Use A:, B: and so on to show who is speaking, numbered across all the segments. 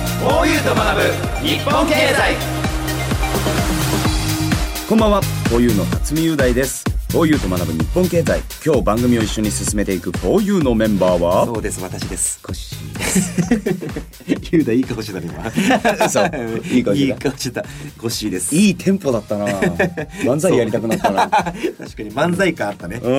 A: と学ぶ日本経済
B: こんばんは、ふうゆうの辰巳雄大です。ふうゆうと学ぶ日本経済、今日番組を一緒に進めていくふうゆうのメンバーは。
C: そうです、私です。コッシーです。ユウダいい顔してたね、今。
B: そう いい顔してた
C: いい顔してた。コッシーです。
B: いいテンポだ ったな。漫才やりたくなったな。
C: 確かに漫才感あったね
B: う。ん。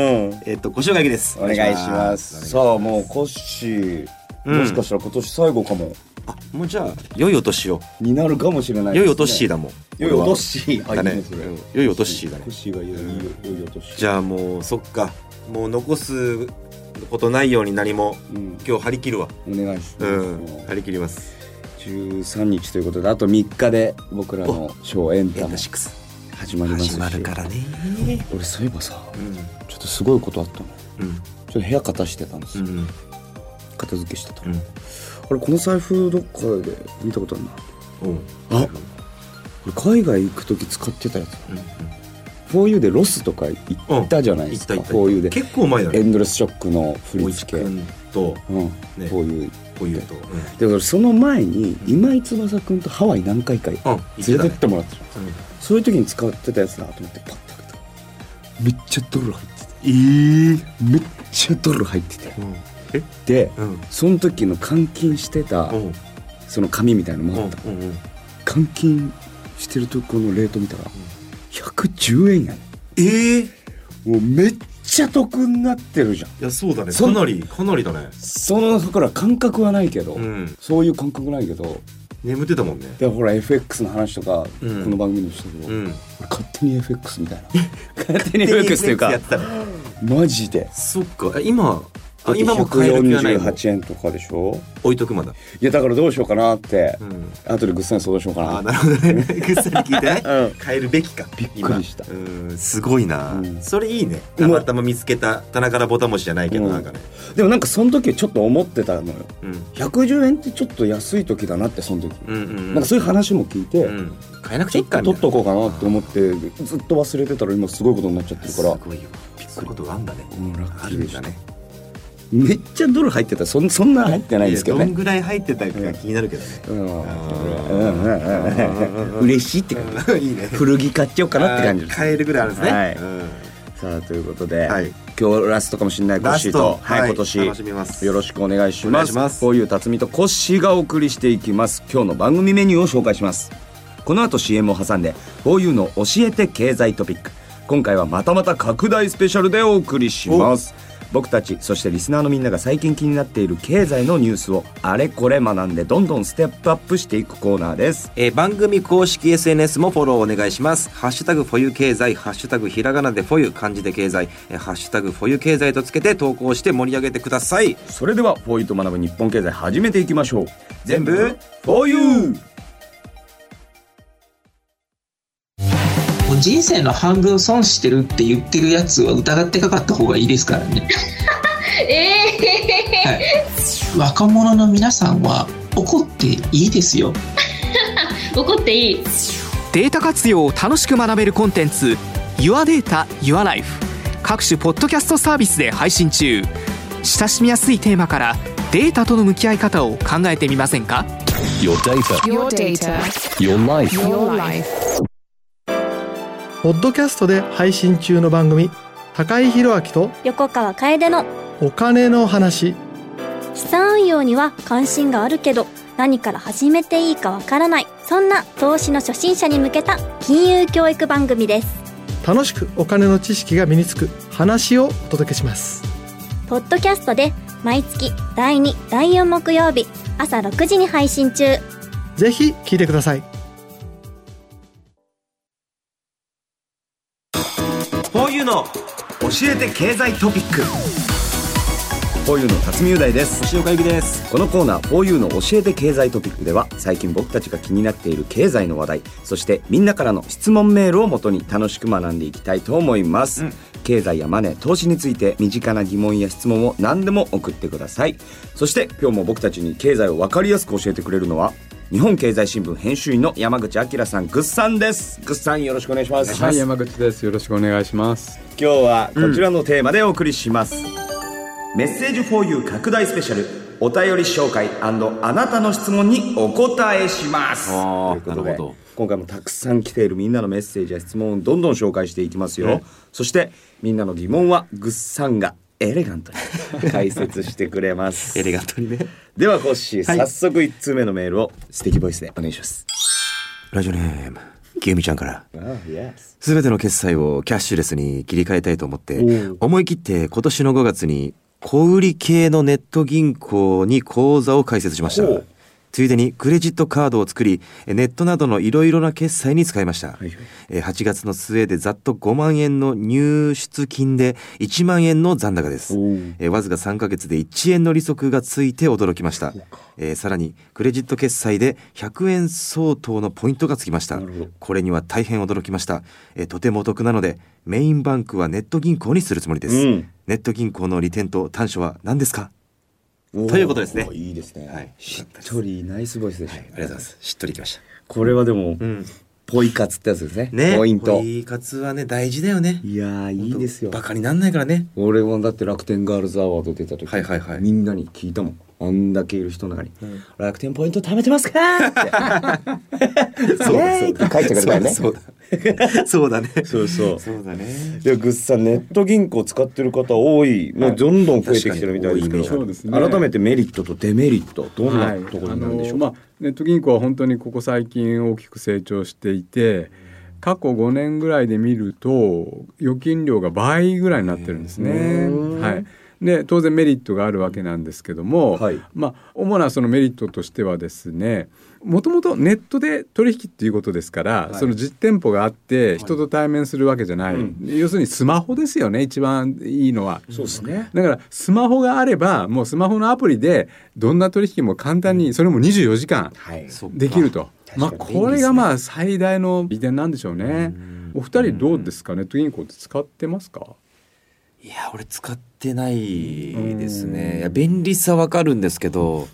C: えっと、ご紹介です。
B: お願いします。
C: お願いし
B: さあ、もうコッシー、
C: うん
B: もしかしたら今年最後かも。
C: ます。あ、もうじゃあ、良いお年を。
B: になるかもしれないです
C: 良
B: ね。
C: いお年だもん。
B: 良いお年。
C: だね。うん良いお年だね
B: コッ。シーが良い良いお年。
C: じゃあもう、そっか。もう残すことないように何も、
B: うん
C: 今日張り切るわ。
B: お願いし
C: う
B: ます
C: ん。。張り切ります。
B: 13日ということで、あと3日で僕らのショーエンタ
C: エン
B: も
C: タシックス。
B: 始まりますし。
C: 始まるからね。
B: 俺そういえばさ、
C: う
B: ちょっとすごいことあったの。
C: ん。
B: ちょっと部屋片してたんです
C: う
B: よ。
C: ん。
B: 片付けしてた
C: う
B: の。
C: ん。
B: あれ、この財布どっかで見たことあるな。
C: うん。
B: あこれ海外行く時使ってたやつ。
C: うん。
B: フォーユーでロスとか行ったじゃないで
C: 行っ
B: す
C: た
B: か。
C: 行った
B: フォーユーで。
C: 結構前だ
B: エ
C: ね
B: ンドレスショックの振り
C: おい
B: 付
C: ち
B: け。
C: く
B: うん。
C: んと
B: フォーユー。
C: こういうと
B: で俺その前に今井翼くんとハワイ何回か
C: うん
B: 連れてってもらってた
C: うん
B: そういう時に使ってたやつだなと思ってパッと開けためっちゃドル入ってて
C: ええ
B: めっちゃドル入ってて
C: え
B: で
C: うんうん
B: その時の監禁してた
C: うん
B: その紙みたいなの
C: う
B: もあっ
C: ん
B: た
C: うん
B: 監禁してるとこのレート見たら110円やね
C: ええい
B: もうめっちゃ得になってるじゃん
C: やそうだね
B: そ
C: か
B: ん
C: なりかなりだね
B: そのだから感覚はないけど、
C: うん
B: そういう感覚ないけど
C: 眠ってたもんね
B: でほら FX の話とか、
C: うん
B: この番組でもしたけど、
C: うん
B: 俺勝手に FX みたい な勝手に FX というか
C: やってたね
B: マジで
C: そっかえ今
B: だ
C: あ
B: って
C: 今も買える気がないもん
B: 148円とかでしょ
C: 置いとくまだ
B: いやだからどうしようかなって、
C: うん
B: 後でぐっさんに相談しようか
C: あ
B: な
C: ーなるほどね ぐっさり聞いて ね
B: うん
C: 買えるべきかびっ
B: くりした
C: うんすごいな
B: うん
C: それいいね
B: う
C: た
B: ま
C: またま見つけた棚からボタン持ちじゃないけど
B: うん
C: なんかね
B: でもなんかその時ちょっと思ってたのよ
C: うん
B: 110円ってちょっと安い時だなってその時、
C: うんうんうん
B: なんかそういう話も聞いて、
C: うん、変えなくち
B: ち
C: ゃ
B: ょっ
C: いいか
B: と取
C: みたいな
B: っとこうかなって思ってずっと忘れてたら今すごいことになっちゃってるから
C: すごいよびっくりことがあんだね
B: うんラッ
C: あ
B: キー
C: る
B: で
C: ん
B: し
C: だ
B: た
C: ね
B: めっちゃドル入ってたそんそんな入ってないんですけど
C: いや
B: ね
C: んぐらい入ってたかが気になるけどね
B: うんうんうんうんうん
C: う
B: 嬉しいって感じ
C: んいいね
B: 古着買っちゃおうかなって感じです
C: 変えるぐらいあるんですね
B: はい
C: うん
B: さあということで、
C: はい
B: 今日ラストかもしれないコッ
C: ラ
B: シー
C: ス
B: と
C: ト、
B: はい、今年
C: 楽しみます
B: よろ
C: し
B: しくお願いし
C: お願
B: ま
C: い
B: す
C: します
B: こういう辰巳とコッシーがお送りしていきます今日の番組メニューを紹介しますこの後 CM を挟んでこういうの教えて経済トピック今回はまたまた拡大スペシャルでお送りします僕たちそしてリスナーのみんなが最近気になっている経済のニュースをあれこれ学んでどんどんステップアップしていくコーナーです
C: えー番組公式 SNS もフォローお願いします。ハッシュタグフォユ経済、ハッシュタグひらがなでフォユ、漢字で経済、えーハッシュタグフォユ経済とつけて投稿して盛り上げてください。
B: それでは「フォーユーと学ぶ日本経済」始めていきましょう全部「フォーユー
D: もう人生の半分損してるって言ってるやつは疑ってかかった方がいいですからね、
E: ええ
D: はい、若者の皆さんは怒っていいですよ
E: 怒っていい
F: データ活用を楽しく学べるコンテンツ「YourData YourLife」各種ポッドキャストサービスで配信中親しみやすいテーマからデータとの向き合い方を考えてみませんか
G: Your data.
H: Your data.
G: Your life.
H: Your life.
I: ポッドキャストで配信中の番組高井博明と
J: 横川楓の
I: お金の話
J: 資産運用には関心があるけど何から始めていいかわからないそんな投資の初心者に向けた金融教育番組です
I: 楽しくお金の知識が身につく話をお届けします
J: ポッドキャストで毎月第2第4木曜日朝6時に配信中
I: ぜひ聞いてください
C: こういうの
B: 教えて経済トピックフォーユーの辰巳雄大です
C: 吉岡由紀です。
B: このコーナー「フォーユーの教えて経済トピック」では最近僕たちが気になっている経済の話題そしてみんなからの質問メールをもとに楽しく学んでいきたいと思います、
C: うん
B: 経済やマネー投資について身近な疑問や質問を何でも送ってくださいそして今日も僕たちに経済を分かりやすく教えてくれるのは日本経済新聞編集員の山口明さんぐっさんですぐっさんよろしくお願いします
K: はい、山口です。よろしくお願いします。
B: 今日はこちらのテーマでお送りします、メッセージフォーユー拡大スペシャルお便り紹介あなたの質問にお答えします
C: あー
B: ということで
C: なるほど
B: 今回もたくさん来ているみんなのメッセージや質問をどんどん紹介していきますよ、そしてみんなの疑問はぐっさんがエレガントに解説してくれます
C: エレガントにね。
B: ではコッシー、
C: はい
B: 早速1通目のメールを素敵ボイスでお願いします
C: ラジオネーム、きよみちゃんから。
B: ああ、yes
C: すべての決済をキャッシュレスに切り替えたいと思って
B: おう、
C: 思い切って今年の5月に小売系のネット銀行に口座を開設しました
B: おう。
C: ついでにクレジットカードを作り、ネットなどのいろいろな決済に使いました
B: いはい。
C: えー8月の末でざっと5万円の入出金で1万円の残高です。
B: おう
C: えーわずか3ヶ月で1円の利息がついて驚きました、えーさらにクレジット決済で100円相当のポイントがつきました
B: なるほど
C: これには大変驚きました、えーとてもお得なのでメインバンクはネット銀行にするつもりです、
B: うん
C: ネット銀行の利点と短所は何ですか
B: と
C: ということですね
B: いいですね、
C: はい
B: しっとりナイスボイスでした、
C: ありがとうございますしっとりきました
B: これはでも、
C: ん
B: ポイ活ってやつですね
C: ね
B: ポイント
C: ポイ活はね大事だよね
B: いやーいいですよ
C: バカになんないからね
B: 俺もだって楽天ガールズアワード出た時、
C: はいはいはい
B: みんなに聞いたもんあんだけいる人の中に、楽天ポイント貯めてますか?」ってイエー
C: そうだ
B: イって書いてくれたよね
C: そうだそうだそうだね
B: そうそう
C: そうだね
B: いやぐっさんネット銀行使ってる方多いもうどんどん増えてきてるみたいですけど
K: 確かに多いイメージある
B: 改めてメリットとデメリットどん
K: は
B: ないところになるんでしょう
K: あ
B: か、
K: のまあ、ネット銀行は本当にここ最近大きく成長していて過去5年ぐらいで見ると預金量が倍ぐらいになってるんですね。はい、で当然メリットがあるわけなんですけども、
B: はい
K: まあ、主なそのメリットとしてはですねもともとネットで取引っていうことですから、
B: い
K: その実店舗があって人と対面するわけじゃない、
B: うん
K: 要するにスマホですよね一番いいのは。
B: そうですね
K: だからスマホがあればもうスマホのアプリでどんな取引も簡単にそれも24時間
B: はい
K: できると、まあ
B: 確かに
K: これがまあ最大の利点なんでしょうね。お二人どうですかネット銀行って使ってますか
C: いや俺使ってないですねいや便利さわかるんですけどう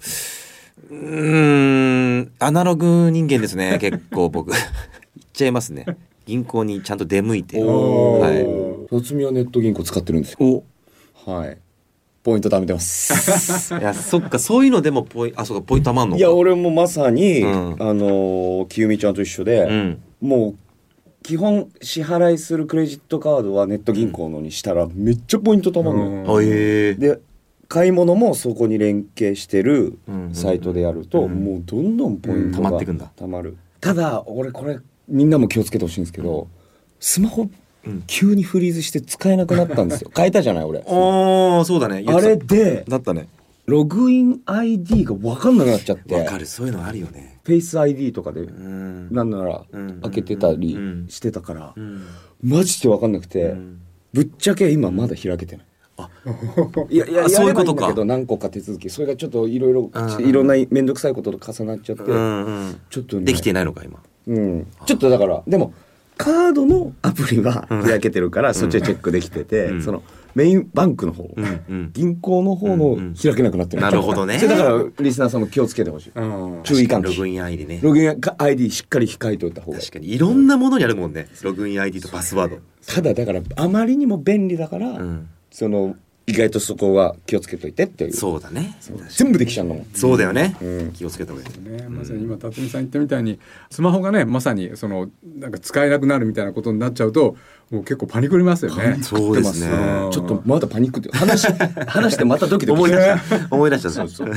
C: ーんアナログ人間で すね結構僕行っちゃいますね銀行にちゃんと出向いてはい
B: 辰巳はネット銀行使ってるんですよ
C: お
B: はいポイント貯めてます
C: いやそっかそういうのでもポイあそうかポイントたまんの
B: い
C: か
B: や俺もまさに、
C: うん
B: あのーきよみちゃんと一緒で、
C: うん
B: もう基本支払いするクレジットカードはネット銀行のにしたらめっちゃポイント貯まるのよ、
K: うん
C: あええ
B: で買い物もそこに連携してるサイトでやると、
C: うんうん
B: もうどんどんポイント
C: うん溜
B: が
C: まってくんだ
B: 溜まるただ俺これみんなも気をつけてほしいんですけどスマホ急にフリーズして使えなくなったん ですよ変えたじゃない俺
C: ああそうだね
B: あれで
C: だったね
B: ログイン ID が分かんなくなっちゃっ
C: わ
B: て
C: かるそういうのあるよね
B: フェイス ID とかで
C: うん
B: なんなら
C: うん
B: 開けてたり
C: うん
B: してたから
C: うん
B: マジで分かんなく
C: う
B: て
C: ん
B: ぶっちゃけ今まだ開けてない。いやいや
C: あそういうこと
B: やればんだ
C: か
B: けど何個か手続きそれがちょっといろいろ
C: うん
B: いろんな面倒くさいことと重なっちゃって
C: うんうん
B: ちょっとね
C: できてないのか今
B: うん、ちょっとだからでもカードのアプリは開けてるから、そっちはチェックできてて、
C: うん
B: そのメインバンクの方、
C: うんうん
B: 銀行の方
C: うんうん
B: の開けなくなってる、
C: なるほどね
B: それだからリスナーさんも気をつけてほしい、
K: うん
B: 注意喚
C: ロ
B: 起
C: グイン ID ね
B: ログイン ID しっかり控えておいた方がいい
C: 確かにいろんなものにあるもんねログイン ID とパスワード
B: ただだからあまりにも便利だから、
C: うん
B: その意外とそこは気をつけといてっていう
C: そうだね
B: 全部できちゃうのもん
C: そうだよね
B: うん
C: 気をつけた方がいい
K: ね、まさに今辰巳さん言ったみたいにスマホがねまさにそのなんか使えなくなるみたいなことになっちゃうともう結構パニクりますよね。
C: そうですね
K: うん
B: ちょっとまだパニックで話話してまたドキド キ
C: 思い出
B: し
C: した思い出したそうそう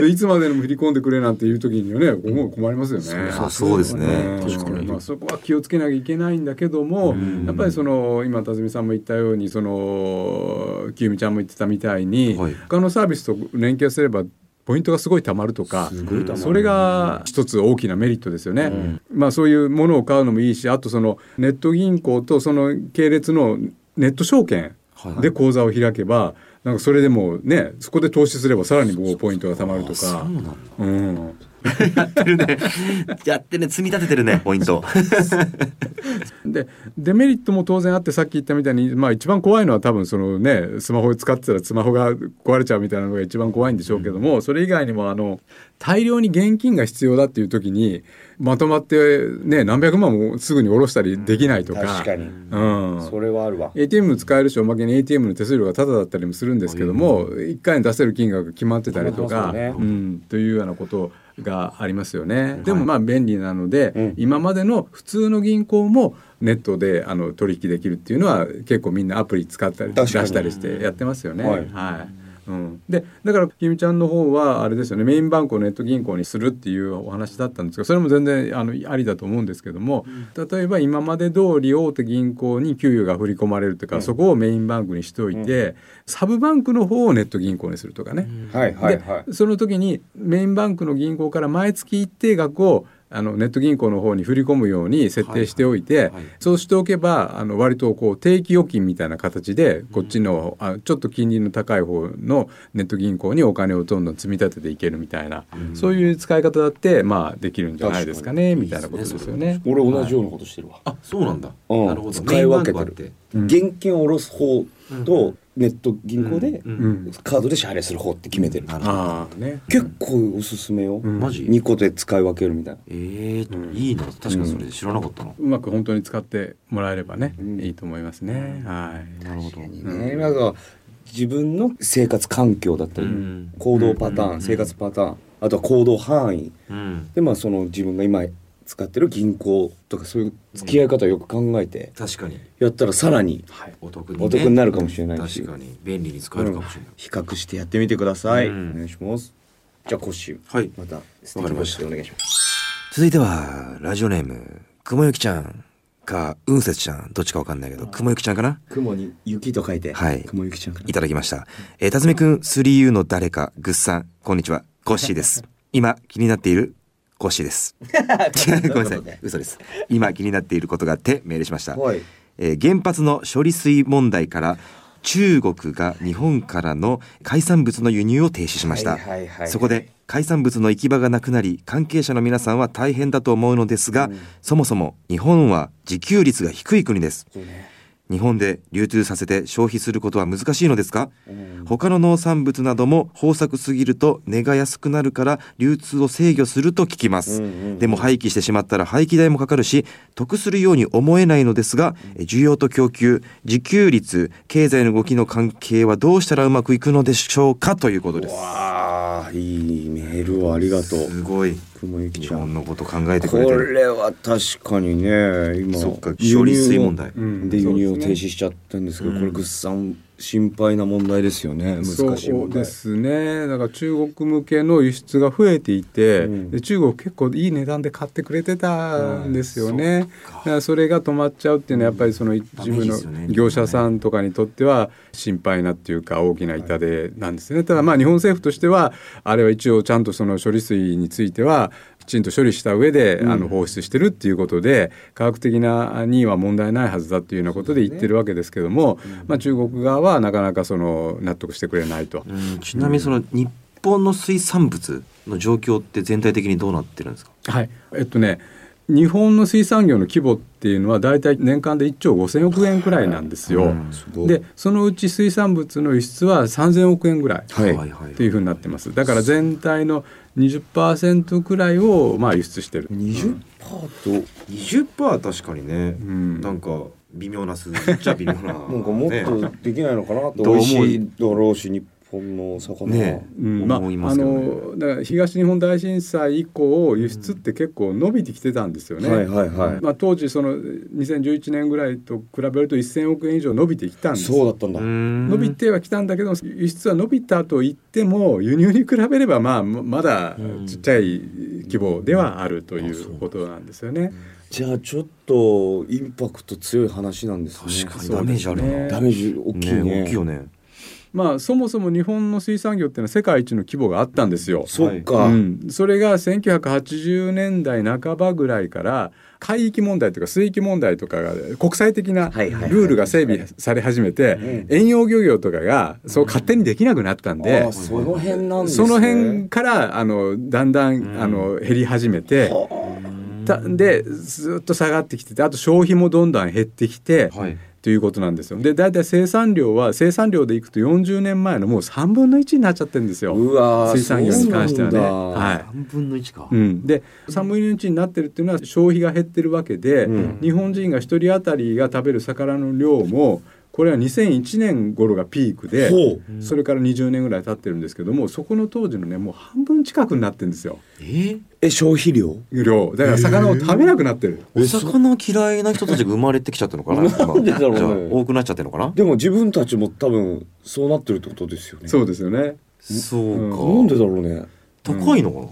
K: でいつまでにも振り込んでくれなんていう時にはねもう困りますよね。
C: あそうですね
K: うん
C: 確かに
K: まあ、そこは気をつけなきゃいけないんだけども、やっぱりその今辰巳さんも言ったようにそのきよみちゃんも言ってたみたいに、
C: はい
K: 他のサービスと連携すればポイントがすごい貯まるとかそれが一つ大きなメリットですよね、まあ、そういうものを買うのもいいしあとそのネット銀行とその系列のネット証券で口座を開けば、なんかそれでもうねそこで投資すればさらにもうポイントが貯まるとか。うん
C: やってるね。 やってね、積み立ててるね、ポイント。
K: でデメリットも当然あってさっき言ったみたいに、まあ、一番怖いのは多分そのねスマホを使ってたらスマホが壊れちゃうみたいなのが一番怖いんでしょうけども、それ以外にもあの大量に現金が必要だっていう時にまとまって、ね、何百万もすぐに下ろしたりできないとか。
B: 確かに。
K: うん
B: それはあるわ。
K: ATM 使えるしおまけに ATM の手数料がタダだったりもするんですけども一回に出せる金額が決まってたりとか、
B: 決まってます
K: うん、というようなことがありますよね、でもまあ便利なので、
B: うん
K: 今までの普通の銀行もネットであの取引できるっていうのは結構みんなアプリ使ったり出
B: 確かに
K: したりしてやってますよね。
B: は
K: はいい、うん、でだからきみちゃんの方はあれですよねメインバンクをネット銀行にするっていうお話だったんですけどそれも全然あのありだと思うんですけども、例えば今まで通り大手銀行に給与が振り込まれるというか、そこをメインバンクにしておいて、サブバンクの方をネット銀行にするとかね、
B: はいはいはい。
K: でその時にメインバンクの銀行から毎月一定額をあのネット銀行の方に振り込むように設定しておいて、
C: はい
K: そうしておけばあの割とこう定期預金みたいな形でこっちの、あちょっと金利の高い方のネット銀行にお金をどんどん積み立てていけるみたいな、そういう使い方だって、まあ、できるんじゃないですかねみたいなことですよね。
B: 俺同じようなことしてるわ。
C: あ、そうなんだ。
B: うん
C: なるほど。
B: 使い分けてる
C: メインバンクあって
K: うん
B: 現金を下ろす方とネット銀行で
C: うん
K: う
C: うん
K: ん
B: カードで支払いする方って決めてる。
K: ああね
B: 結構おすすめよ。
K: うん
C: マジ
B: 2個で使い分けるみたいな。
C: ええいいな。確かにそれ知らなかったな。
K: うまく本当に使ってもらえればね、
B: うん
K: いいと思いますね。はい、
C: なるほど。
B: ね、なんか自分の生活環境だったり、
C: うん
B: 行動パターン、
C: うん
B: 生活パターンあとは行動範囲
C: うん。
B: でまあその自分が今使ってる銀行とかそういう付き合い方をよく考えて
C: 確かに。
B: やったらさらに
C: お得に、ね。
B: お得になるかもしれないし、
C: 確かに。便利に使えるかもしれない。
B: 比較してやってみてください、
C: うん
B: お願いしますじゃあコッシー
C: はい
B: またステッキボッシュでお願いします
C: 続いては、ラジオネーム、くもゆきちゃんか、うんせつちゃん、どっちかわかんないけど、くもゆきちゃんかな
B: 雲に雪と書いて、
C: はい
B: 雲行きちゃんから
C: いただきました。えー、たつみくん、3U の誰か、ぐっさん、こんにちは、コッシー です。今、気になっている、コッシー です。 ごめんなさい、嘘です。今、気になっていることがあって、メールしました。
B: はい
C: えー原発の処理水問題から中国が日本からの海産物の輸入を停止しました、
B: はいはいはいはい
C: そこで海産物の行き場がなくなり関係者の皆さんは大変だと思うのですが、そもそも日本は自給率が低い国です日本で流通させて消費することは難しいのですか、他の農産物なども豊作すぎると値が安くなるから流通を制御すると聞きます、でも廃棄してしまったら廃棄代もかかるし得するように思えないのですがえ需要と供給自給率経済の動きの関係はどうしたらうまくいくのでしょうかということです
B: わあいいメールをありがとう
C: すごい
B: 雲行き
C: 日
B: ちゃん
C: 本のこと考えてく
B: こ
C: れてる
B: れは確かにね今
C: そっか
B: 輸入を
C: 処理水問題
K: うん
B: で輸入を
K: そうですね
B: 停止しちゃったんですけど、これぐっさん心配な問題ですよね難しい
K: そ
B: 問
K: うで
B: 題
K: すねだから中国向けの輸出が増えていて、
B: うん
K: で中国結構いい値段で買ってくれてたんですよね、だからそれが止まっちゃうっていうのはやっぱりその一部
C: ダメージですよね
K: の業者さんとかにとっては心配なっていうか大きな痛手なんですねただまあ日本政府としてはあれは一応ちゃんとその処理水についてはきちんと処理した上で、あの放出してるっていうことで科学的なには問題ないはずだっていうようなことで言ってるわけですけども、まあ、中国側はなかなかその納得してくれないと、
C: うんちなみにその日本の水産物の状況って全体的にどうなってるんですか
K: はい、えっとね日本の水産業の規模っていうのは大体年間で1兆5,000億円くらいなんですよ。でそのうち水産物の輸出は3,000億円ぐらい
B: はい
C: はいはい
K: っていうふうになってますだから全体の20%くらいをまあ輸出してる。
B: 20%と、
C: 20%確かにね、
K: ん
C: なんか微妙な数字じゃ微妙 な
B: なんかも
C: ね
B: っとできないのかなと
C: どう思う
B: 美味しいだろうし日本のお魚は、
C: ね
K: うんまあ、あ
C: 思いますよね
K: のだから東日本大震災以降輸出って結構伸びてきてたんですよね。
B: はいはいはい、
K: まあ、当時その2011年ぐらいと比べると1,000億円以上伸びてきたんです
B: そうだったんだ、
C: 伸
K: 伸びてはきたんだけど輸出は伸びたと言っても輸入に比べればまあままだちっちゃい規模ではあるということなんですよね。
B: じゃあちょっとインパクト強い話なんですね
C: 確か
K: そ
C: に
K: う
C: ダメージあるな、
K: ね
B: ダメージ大きいね
C: 大きいよね
K: まあそもそも日本の水産業っていうのは世界一の規模があったんですよ。
B: そっか
K: うんそれが1980年代半ばぐらいから海域問題とか水域問題とかが国際的なル
B: はいはいはい
K: ールが整備され始めて遠洋漁業とかがそう勝手にできなくなったんで、
B: ああその辺なんです
K: そ
B: ね
K: の辺からあのだんだん、あの減り始めて。たでずっと下がってきててあと消費もどんどん減ってきて、
C: はい
K: ということなんですよで大体生産量は生産量でいくと40年前のもう3分の1になっちゃってるんですよ
B: うわー
K: 水産業に関してはね。
B: そうなんだ
K: はい
C: 半分の1か
K: うん、で3分の1になってるっていうのは消費が減ってるわけで、日本人が1人当たりが食べる魚の量もこれは2001年頃がピークで
B: ほ
K: それから20年ぐらい経ってるんですけどもそこの当時のねもう半分近くになってるんですよ
C: えー
B: え消費量
K: 量だから魚を食べなくなってる。
C: お魚嫌いな人たちが生まれてきちゃったのかな なん
B: でだろうね
C: じゃあ多くなっちゃってるのかな
B: でも自分たちも多分そうなってるってことですよね
K: そうですよね
C: そうか、
B: なんでだろうね
C: 高いのかな、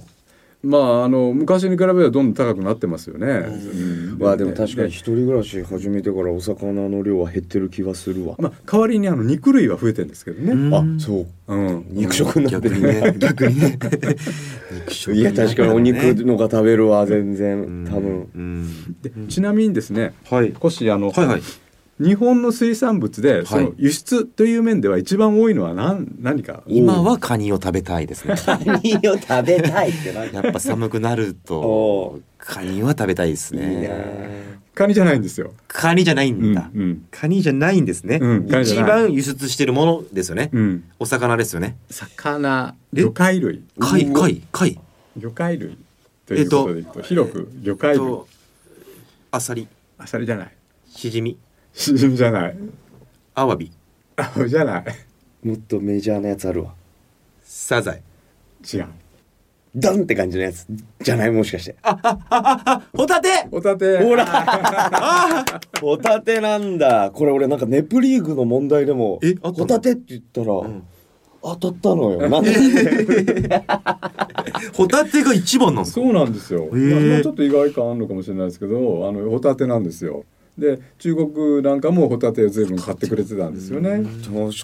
K: まああの昔に比べればどんどん高くなってますよね。うん
B: まあでも確かに一人暮らし始めてからお魚の量は減ってる気はするわ
K: まあ代わりにあの肉類は増えてるんですけどね。
B: あそう
K: うん。
B: 肉食になって
C: 逆
B: る
C: にね 逆にね
B: いや確かにお肉のが食べるわ全然多分
C: うん
K: でちなみにですね、
C: はい
K: 少しあの、
C: はいはい
K: 日本の水産物でそ
C: はい
K: の輸出という面では一番多いのは何何か。
C: 今はカニを食べたいですね
B: 何を食べたいってなん
C: やっぱ寒くなる
B: お
C: とカニは食べたいですね
B: いいな
K: カニじゃないんですよ。
C: カニじゃない
K: うん
C: だ、
K: ん。
C: カニじゃないんですね、
K: うんカニじ
C: 一
K: ゃない
C: 番輸出してるものですよね、
K: うん。
C: お魚ですよね
K: 魚、魚介類、
C: 貝貝貝
K: 魚介類ということでいくと、広く魚介類、
C: とアサリ
K: アサリじゃない、
C: シジミ
K: シジミじゃない、
C: アワビ
K: アオじゃない、
B: もっとメジャーなやつあるわ
C: サザエ
K: 違う。
B: ダンって感じのやつじゃないもしかして
C: ホタテ
K: ホタテ。
B: ほらホタテなんだこれ俺なんかネプリーグの問題でも
C: えあった
B: ホ
C: の
B: タテって言ったら、当たったの よなんで
C: ホタテが一番なんですか
K: そうなんですよ。
C: ー
K: まあそれはちょっと意外感あるのかもしれないですけど、あのホタテなんですよ。で、中国なんかもホタテを随分買ってくれてたんですよね。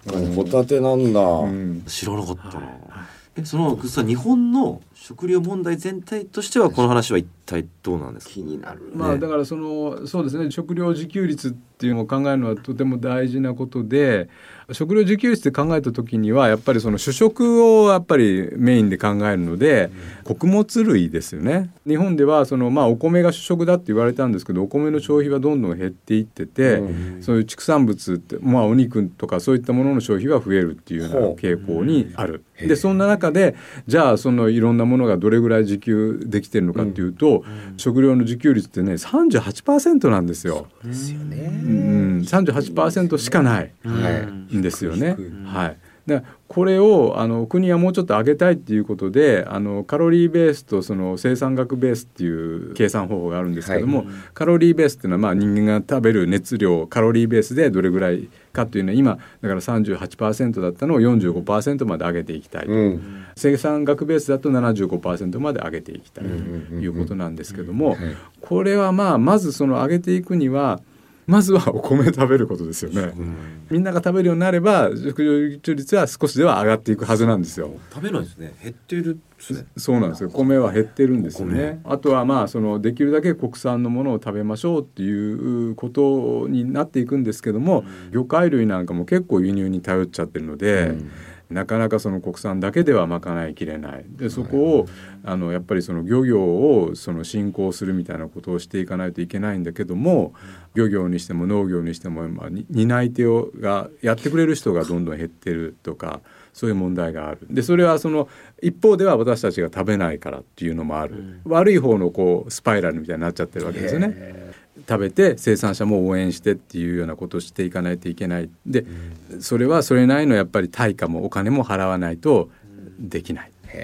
B: 確かにホタテなんだ、
K: うん。
C: 知らなかったなえそのさ日本の食料問題全体としてはこの話は一体どうなんですか気になる
K: まあだからそのそうですね食料自給率っていうのを考えるのはとても大事なことで食料自給率って考えた時にはやっぱりその主食をやっぱりメインで考えるので穀物類ですよね日本ではそのまあお米が主食だって言われたんですけどお米の消費はどんどん減っていってて、そういう畜産物ってまあお肉とかそういったものの消費は増えるっていうような
B: ほう
K: 傾向にある。でそんな中でじゃあそのいろんなものがどれぐらい自給できてるのかっていうと、食料の自給率ってね38%なんですよ。うん、38%しかないんですよね。はい。でこれをあの国はもうちょっと上げたいっていうことであのカロリーベースとその生産額ベースっていう計算方法があるんですけども、カロリーベースっていうのはまあ人間が食べる熱量カロリーベースでどれぐらいかっていうのは今だから38%だったのを45%まで上げていきたいと
B: うん
K: 生産額ベースだと75%まで上げていきたいということなんですけどもこれはまあまずその上げていくにはまずはお米食べることですよね。みんなが食べるようになれば食料自給率は少しでは上がっていくはずなんですよ。
C: 食べないですね減ってるっすね
K: そうなんですよ米は減ってるんですよねあとはまあそのできるだけ国産のものを食べましょうっていうことになっていくんですけども、魚介類なんかも結構輸入に頼っちゃってるので、なかなかその国産だけでは賄いきれないでそこを、あのやっぱりその漁業をその振興するみたいなことをしていかないといけないんだけども漁業にしても農業にしても、まあ、に担い手をがやってくれる人がどんどん減ってるとか。そういう問題があるでそれはその一方では私たちが食べないからっていうのもある、悪い方のこうスパイラルみたいになっちゃってるわけですよね。食べて生産者も応援してっていうようなことをしていかないといけないで、それはそれなりのやっぱり対価もお金も払わないとできない。そ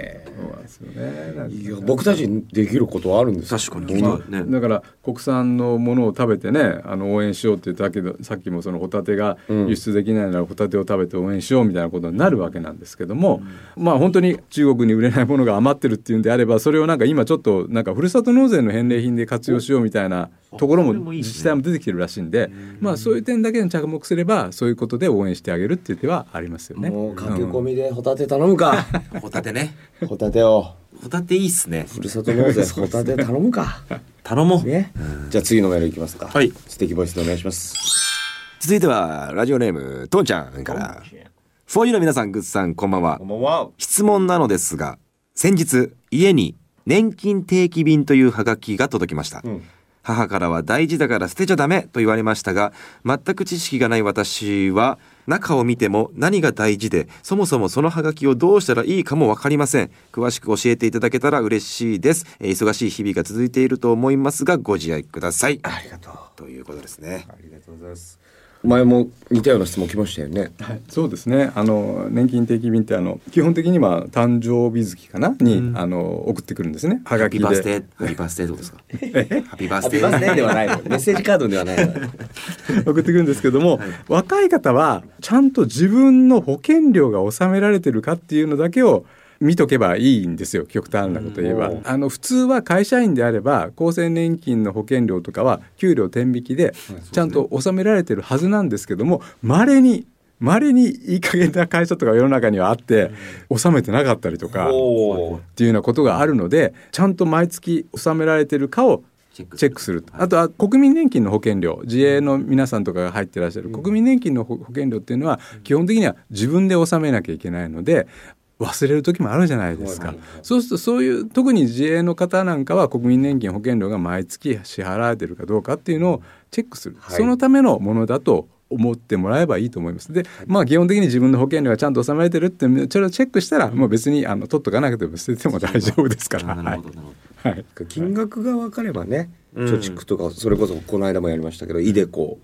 K: うなんですよねなんか
B: いや僕たちにできることはあるんですよ
C: 確かに聞きたいね
K: だから国産のものを食べてねあの応援しようって言ったけどさっきもそのホタテが輸出できないならホタテを食べて応援しようみたいなことになるわけなんですけども、まあ本当に中国に売れないものが余ってるっていうんであればそれをなんか今ちょっとなんかふるさと納税の返礼品で活用しようみたいなところも自治体も出てきてるらしいんでまあ、そういう点だけに着目すればそういうことで応援してあげるっていう手はありますよね。
B: もう駆け込みでホタテ頼むか。
L: ホタテね。
B: ホタテを。
L: ホタテいいっすね。
B: ふるさと納税、ホタテ頼むか。
L: 頼もう。
B: ね。じゃあ次のメールいきますか。
L: はい。
B: 素敵ボイスでお願いします。
C: 続いてはラジオネームとんちゃんからフォーユーの皆さんグッズさんこんばんは質問なのですが先日家に年金定期便というハガキが届きました、母からは大事だから捨てちゃダメと言われましたが全く知識がない私は中を見ても何が大事でそもそもそのハガキをどうしたらいいかも分かりません詳しく教えていただけたら嬉しいです、えー忙しい日々が続いていると思いますがご自愛くださいありがとうということですね
B: ありがとうございます。前も似たような質問来ましたよね。
K: はい、そうですねあの年金定期便ってあの基本的には誕生日月かなに、あの送ってくるんですねはがきで
L: ハッピーバースデーハッピーバースデーどうですかハッピーバースデー
B: ハッピーバースデーではないもんメッセージカードではないもん
K: 送ってくるんですけども、若い方はちゃんと自分の保険料が納められてるかっていうのだけを見とけばいいんですよ極端なこと言えば、あの普通は会社員であれば厚生年金の保険料とかは給料天引きでちゃんと納められてるはずなんですけどもまれにまれにいい加減な会社とか世の中にはあって納めてなかったりとかっていうようなことがあるのでちゃんと毎月納められてるかをチェックするとあとは国民年金の保険料自営の皆さんとかが入ってらっしゃる国民年金の保保険料っていうのは基本的には自分で納めなきゃいけないので忘れる時もあるじゃないですかそうするとそういう特に自営の方なんかは国民年金保険料が毎月支払われてるかどうかっていうのをチェックする、そのためのものだと思ってもらえばいいと思います。で、まあ基本的に自分の保険料がちゃんと納められてるってそれをチェックしたら、もう別にあの取っとかなくても捨てても大丈夫ですから。はいはい。
B: 金額が分かればね、貯蓄とかそれこそこの間もやりましたけど、イデコ、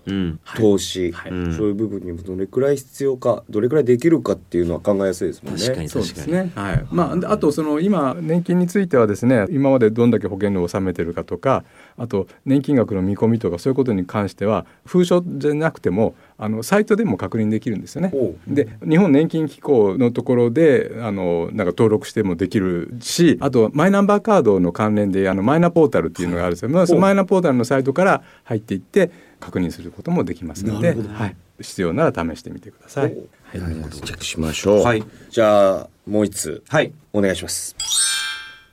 B: 投資、そういう部分にもどれくらい必要か、どれくらいできるかっていうのは考えやすいですもんね。
K: そうですね。はい。まあであとその今年金についてはですね、今までどんだけ保険料を納めてるかとか、あと年金額の見込みとかそういうことに関しては封書じゃなくてもあのサイトでも確認できるんですよね。で、日本年金機構のところであのなんか登録してもできるし、あとマイナンバーカードの関連であのマイナポータルっていうのがあるんですよ。まあそのマイナポータルのサイトから入っていって確認することもできますの
B: な
K: で、
B: るほど
K: はい。必要なら試してみてください。
B: チェックしましょう。じゃあもう一つ、
C: はい、
B: お願いします。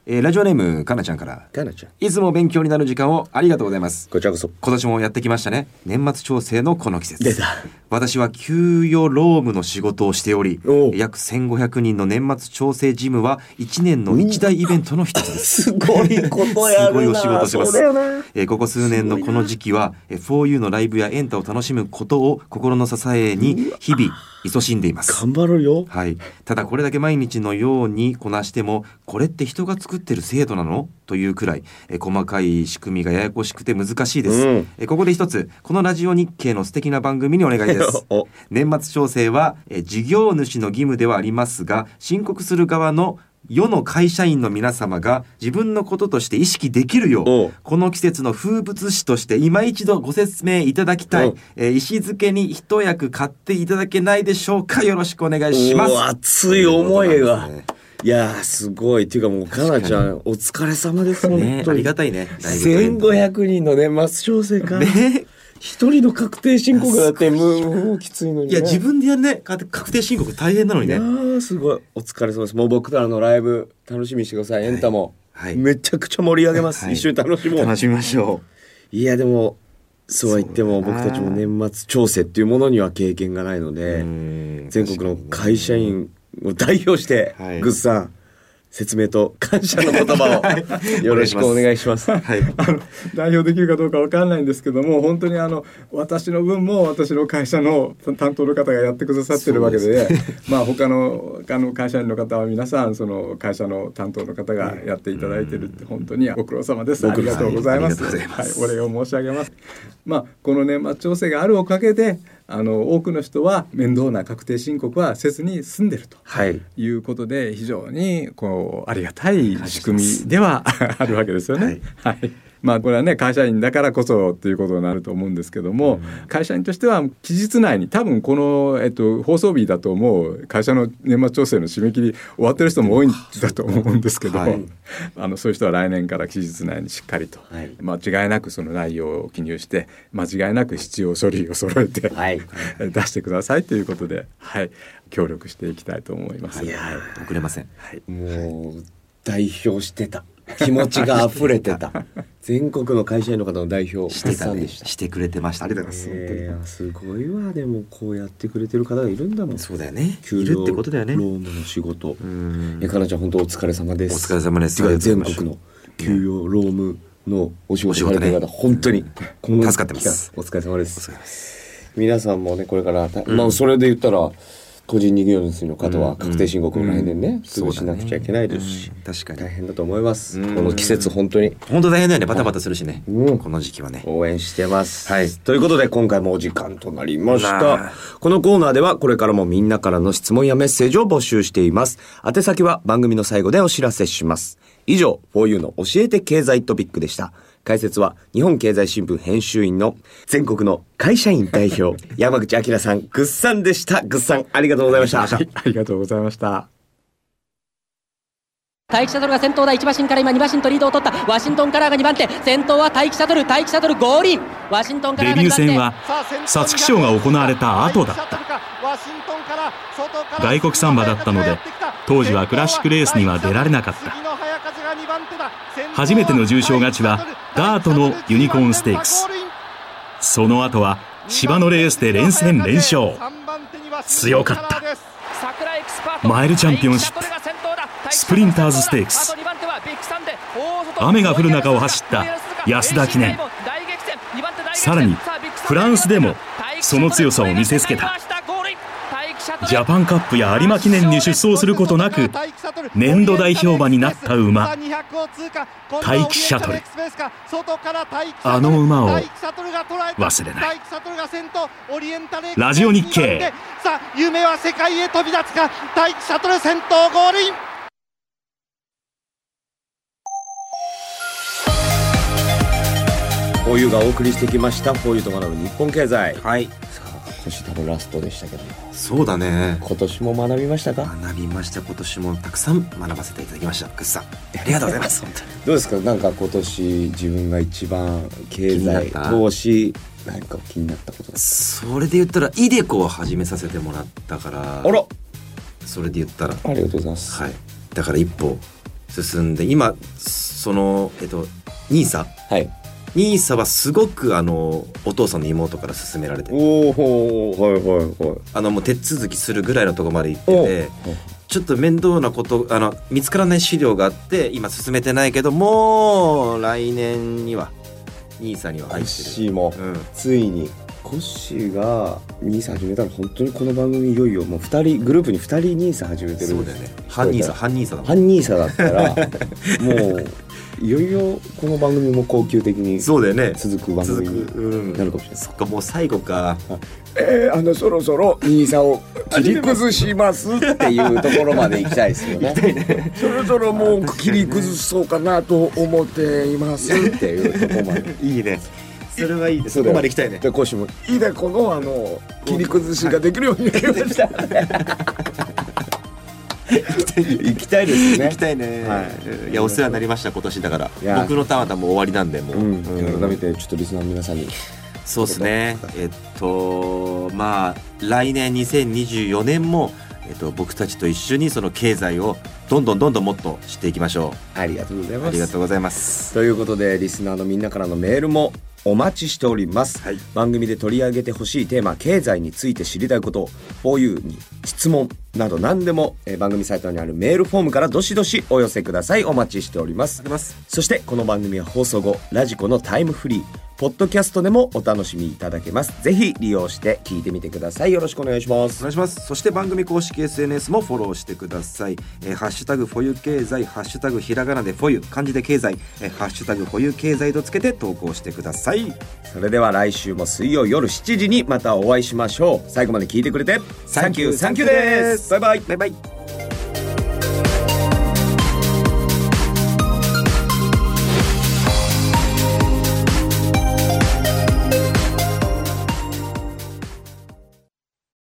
C: えーラジオネームかなちゃんから
B: かなちゃん、
C: いつも勉強になる時間をありがとうございます
B: こちらこそ。
C: 今年もやってきましたね年末調整のこの季節私は給与労務の仕事をしており約1500人の年末調整事務は1年の一大イベントの一つです
B: すごいことや
C: すごい
B: る
C: お
B: な。
C: 仕事をしま
B: そ
C: す
B: うだよな。
C: えーここ数年のこの時期はえー 4U のライブやエンタを楽しむことを心の支えに日々勤しんでいます
B: 頑張るよ。
C: はい、ただこれだけ毎日のようにこなしてもこれって人が作ってる制度なのというくらいえ細かい仕組みがややこしくて難しいです、
B: うん
C: えここで一つこのラジオ日経の素敵な番組にお願いです
B: お
C: 年末調整はえ事業主の義務ではありますが申告する側の世の会社員の皆様が自分のこととして意識できるよ
B: おう
C: うこの季節の風物詩として今一度ご説明いただきた
B: う
C: い
B: ん、
C: えー石漬けに一役買っていただけないでしょうかよろしくお願いしま
B: お
C: す
B: 熱い思い
C: と
B: が。
C: いうこ
B: いやーすごいっていうかもうかなちゃんお疲れ様です
C: と
B: 本
C: なんですねね
B: 当
C: あ
B: に
C: りがたいねライブ
B: 千五百人の年末調整か。一人の確定申告だってもうもうきついのに、ね。
C: いや自分でやるねか確定申告大変なのにね
B: ああすごいお疲れ様です。もう僕らのライブ楽しみにしてください。エンタも、
C: はい
B: めちゃくちゃ盛り上げます。
C: はい
B: 一緒に楽しもう。
C: 楽しみましょ
B: いやでもそうは言っても僕たちも年末調整っていうものには経験がないので
C: ん
B: 全国の会社員を代表して
C: はい
B: グッズさん説明と感謝の言葉をよろしくお願いします。
K: あの 代表できるかどうかわかんないんですけども本当にあの私の分も私の会社の担担当の方がやってくださってるわけでまあ他の他の会社員の方は皆さんその会社の担当の方がやっていただいてるって本当にご苦労様ですありがとうございます
C: ありがとうござい
K: は
C: ま
K: い
C: す
K: お礼を申し上げますまあこの年末調整があるおかげであの多くの人は面倒な確定申告はせずに済んでると
B: はい
K: いうことで非常にこうありがたい仕組みではあるわけですよね。はい、まあこれはね会社員だからこそっていうことになると思うんですけども、会社員としては期日内に多分この、えっと、放送日だともう会社の年末調整の締め切り終わってる人も多いんだと思うんですけど、
B: はい
K: あのそういう人は来年から期日内にしっかりと、間違いなくその内容を記入して間違いなく必要書類を揃えて、 出してくださいということで、はい、協力していきたいと思います。はい
C: 遅れません。
B: もう代表してた気持ちが溢れて た全国の会社員の方の代表
C: してたね
B: でした
C: してくれてました。ありがとうございます。
B: いやすごいわでもこうやってくれてる方がいるんだもんそうだよね
C: いるってことだよね
B: 労務の仕事えかなちゃん本当お疲れ様です
C: お疲れ様です
B: てか
C: ありがとう
B: 全
C: ございます
B: 国の給与労務のお仕
C: お仕
B: 事
C: 事
B: されてる方
C: ね
B: 本当にこの
C: 助かってます
B: 期間お疲れ様です皆さんもねこれからたまあそれで言ったら個人事業主の方は確定申告も来年ねすぐしなくちゃいけないですし
C: 確かに
B: 大変だと思いますこの季節本当に
C: 本当大変だよね。バタバタするしね。
B: この時期はね応援してます、はい、ということで今回もお時間となりまし
C: な
B: たこのコーナーではこれからもみんなからの質問やメッセージを募集しています宛先は番組の最後でお知らせします以上 4U の教えて経済トピックでした解説は日本経済新聞編集員の全国の会社員代 表山口明さんぐっさんでしたぐっさんありがとうございました
K: ありがとうございました
M: 待機シャトルが先頭だ1馬身から今2馬身とリードを取ったワシントンカラーが2番手先頭は待機シャトル待機シャトル合輪ワシントンカラ
I: デ
M: ーが2
I: ビュー
M: 番手
I: 戦は皐月賞が行われた後だった外国サンバだったので当時はクラシックレースには出られなかった初めての重賞勝ちはダートのユニコーンステークスその後は芝のレースで連戦連勝強かったマイルチャンピオンシップスプリンターズステークス雨が降る中を走った安田記念さらにフランスでもその強さを見せつけたジャパンカップや有馬記念に出走することなく年度代表馬になった馬待機シャトルあの馬を忘れないラジオ日経
N: さあ夢は世界へ飛び立つか大気シャトル先頭ゴールイン
B: 4U がお送りしてきました 4U と学ぶ日本経済はいさあ今年多分ラストでしたけども
C: そうだね。
B: 今年も学びましたか
C: 学びました。今年もたくさん学ばせていただきました。グッさん。ありがとうございます。 本当に
B: どうですかなんか今年自分が一番経
C: にな
B: 済
C: った
B: 投資何か気になったこと
C: それで言ったらイデコを始めさせてもらったからあ
B: ら
C: それで言ったらあ
B: りがとうございます、
C: はい、だから一歩進んで今そのえっとニーサ
B: はい
C: ニーサはすごくあのお父さんの妹から勧められて
B: おおはいはいはい
C: あのもう手続きするぐらいのとこまで行っててちょっと面倒なことあの見つからない資料があって今進めてないけどもう来年にはニーサには入ってる
B: しも、ついにコッシーがニーサ始めたら本当にこの番組いよいよもう二人グループに2人ニーサ始めてる
C: そうだよね半ニーサ半ニーサだもん
B: 半ニーサだった らもういよいよこの番組も恒久的に
C: そうだよね
B: 続く番組になるかもしれない、
C: そっかもう最後か
B: えー、あのそろそろ兄さんを切り崩しますっていうところまで行きたいですよねそろそろもう切り崩そうかなと思っていますっていうところまで
C: いいねそれはいいです
B: そ
C: そこまで行きたいね
B: で講師もいいねこのあの切り崩しができるようになりました行きたいですね
C: 行きたいね、い、やお世話になりました今年だから
B: いや
C: 僕のターンはもう終わりなんでもう、うん
B: 改めてちょっとリスナーの皆さんに
C: そうですねえっとまあ来年2024年も、えっと、僕たちと一緒にその経済をどんどんどんどんもっと知っていきましょう
B: ありがとうございます
C: ありがとうございます
B: ということでリスナーのみんなからのメールもお待ちしております、番組で取り上げてほしいテーマ経済について知りたいことこういうに質問など何でも、えー番組サイトにあるメールフォームからどしどしお寄せくださいお待ちしておりますそしてこの番組は放送後ラジコのタイムフリーポッドキャストでもお楽しみいただけますぜひ利用して聞いてみてくださいよろしくお願いします
C: お願いしますそして番組公式 SNS もフォローしてください「えーハッシュタグフォユ経済」「ハッシュタグひらがなでフォユ」漢字で経済「えーハッシュタグフォユ経済」とつけて投稿してください
B: それでは来週も水曜夜7時にまたお会いしましょう最後まで聞いてくれてサンキューサンキューですバイバイ
C: バイバイ